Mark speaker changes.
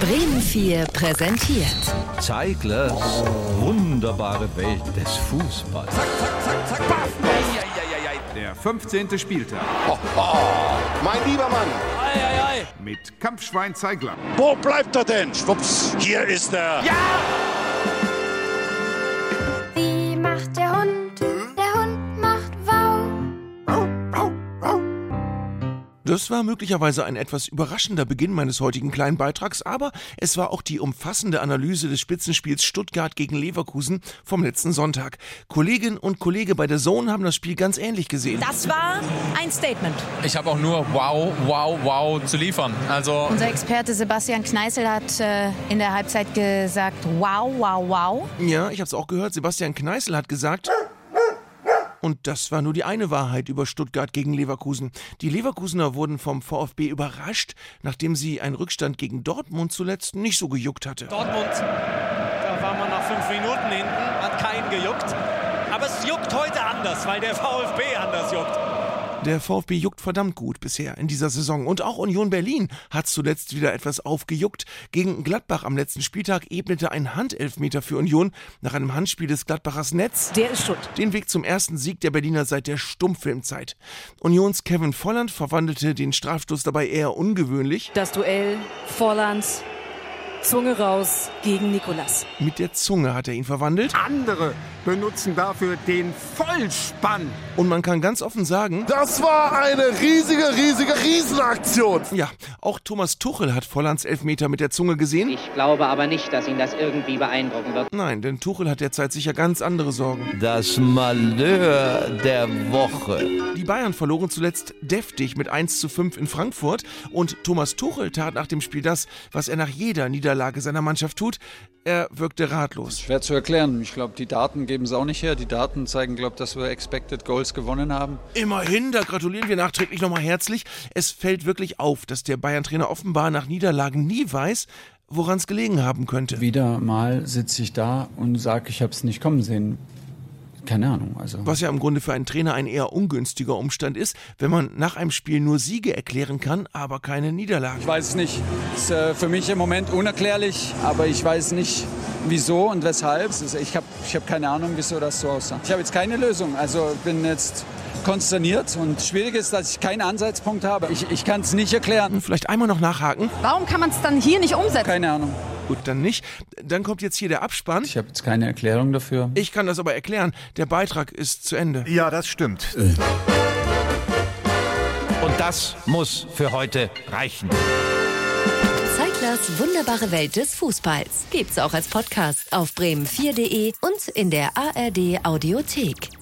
Speaker 1: Bremen 4 präsentiert.
Speaker 2: Zeiglers wunderbare Welt des Fußballs.
Speaker 3: Der 15. Spieltag
Speaker 4: Mein lieber Mann.
Speaker 3: mit Kampfschwein Zeigler.
Speaker 5: Wo bleibt er denn? Schwupps, hier ist er.
Speaker 6: Wie macht der Hund? Der Hund macht Wow.
Speaker 7: Das war möglicherweise ein etwas überraschender Beginn meines heutigen kleinen Beitrags, aber es war auch die umfassende Analyse des Spitzenspiels Stuttgart gegen Leverkusen vom letzten Sonntag. Kollegin und Kollege bei der Zone haben das Spiel ganz ähnlich gesehen.
Speaker 8: Das war ein Statement.
Speaker 9: Ich habe auch nur wow, wow, wow zu liefern. Also
Speaker 8: Unser Experte Sebastian Kneißl hat äh, in der Halbzeit gesagt, wow, wow, wow.
Speaker 7: Ja, ich habe es auch gehört, Sebastian Kneißl hat gesagt... Und das war nur die eine Wahrheit über Stuttgart gegen Leverkusen. Die Leverkusener wurden vom VfB überrascht, nachdem sie einen Rückstand gegen Dortmund zuletzt nicht so gejuckt hatte.
Speaker 10: Dortmund, da war man nach fünf Minuten hinten, hat keinen gejuckt. Aber es juckt heute anders, weil der VfB anders juckt.
Speaker 7: Der VfB juckt verdammt gut bisher in dieser Saison. Und auch Union Berlin hat zuletzt wieder etwas aufgejuckt. Gegen Gladbach am letzten Spieltag ebnete ein Handelfmeter für Union nach einem Handspiel des Gladbachers Netz
Speaker 8: Der ist schuld.
Speaker 7: den Weg zum ersten Sieg der Berliner seit der Stummfilmzeit. Unions Kevin Volland verwandelte den Strafstoß dabei eher ungewöhnlich
Speaker 11: Das Duell Vorlands, Zunge raus gegen Nikolas.
Speaker 7: Mit der Zunge hat er ihn verwandelt. Andere benutzen dafür den Vollspann. Und man kann ganz offen sagen,
Speaker 4: Das war eine riesige, riesige Riesenaktion.
Speaker 7: ja, auch Thomas Tuchel hat Vollands Elfmeter mit der Zunge gesehen.
Speaker 10: Ich glaube aber nicht, dass ihn das irgendwie beeindrucken wird.
Speaker 7: Nein, denn Tuchel hat derzeit sicher ganz andere Sorgen.
Speaker 2: Das Malheur der Woche.
Speaker 7: Die Bayern verloren zuletzt deftig mit 1 zu 5 in Frankfurt und Thomas Tuchel tat nach dem Spiel das, was er nach jeder Niederlage seiner Mannschaft tut. Er wirkte ratlos.
Speaker 9: schwer zu erklären. Ich glaube, die Daten geben es auch nicht her. Die Daten zeigen, glaube dass wir Expected Goals gewonnen haben.
Speaker 7: Immerhin, da gratulieren wir nachträglich nochmal herzlich. Es fällt wirklich auf, dass der Bayern-Trainer offenbar nach Niederlagen nie weiß, woran es gelegen haben könnte.
Speaker 9: Wieder mal sitze ich da und sage, ich habe es nicht kommen sehen. Keine Ahnung. Also
Speaker 7: Was ja im Grunde für einen Trainer ein eher ungünstiger Umstand ist, wenn man nach einem Spiel nur Siege erklären kann, aber keine Niederlagen.
Speaker 9: Ich weiß es nicht. Ist äh, für mich im Moment unerklärlich, aber ich weiß nicht, wieso und weshalb. Es ist- Ich habe ich hab keine Ahnung, wieso das so aussah. Ich habe jetzt keine Lösung. Also bin jetzt konsterniert und schwierig ist, dass ich keinen Ansatzpunkt habe. Ich, ich kann es nicht erklären.
Speaker 7: Vielleicht einmal noch nachhaken.
Speaker 8: Warum kann man es dann hier nicht umsetzen?
Speaker 9: Keine Ahnung.
Speaker 7: Gut, dann nicht. Dann kommt jetzt hier der Abspann.
Speaker 9: Ich habe jetzt keine Erklärung dafür.
Speaker 7: Ich kann das aber erklären. Der Beitrag ist zu Ende.
Speaker 5: Ja, das stimmt.
Speaker 2: Und das muss für heute reichen.
Speaker 1: Zeiglers wunderbare Welt des Fußballs. Gibt's auch als Podcast auf bremen4.de und in der ARD Audiothek.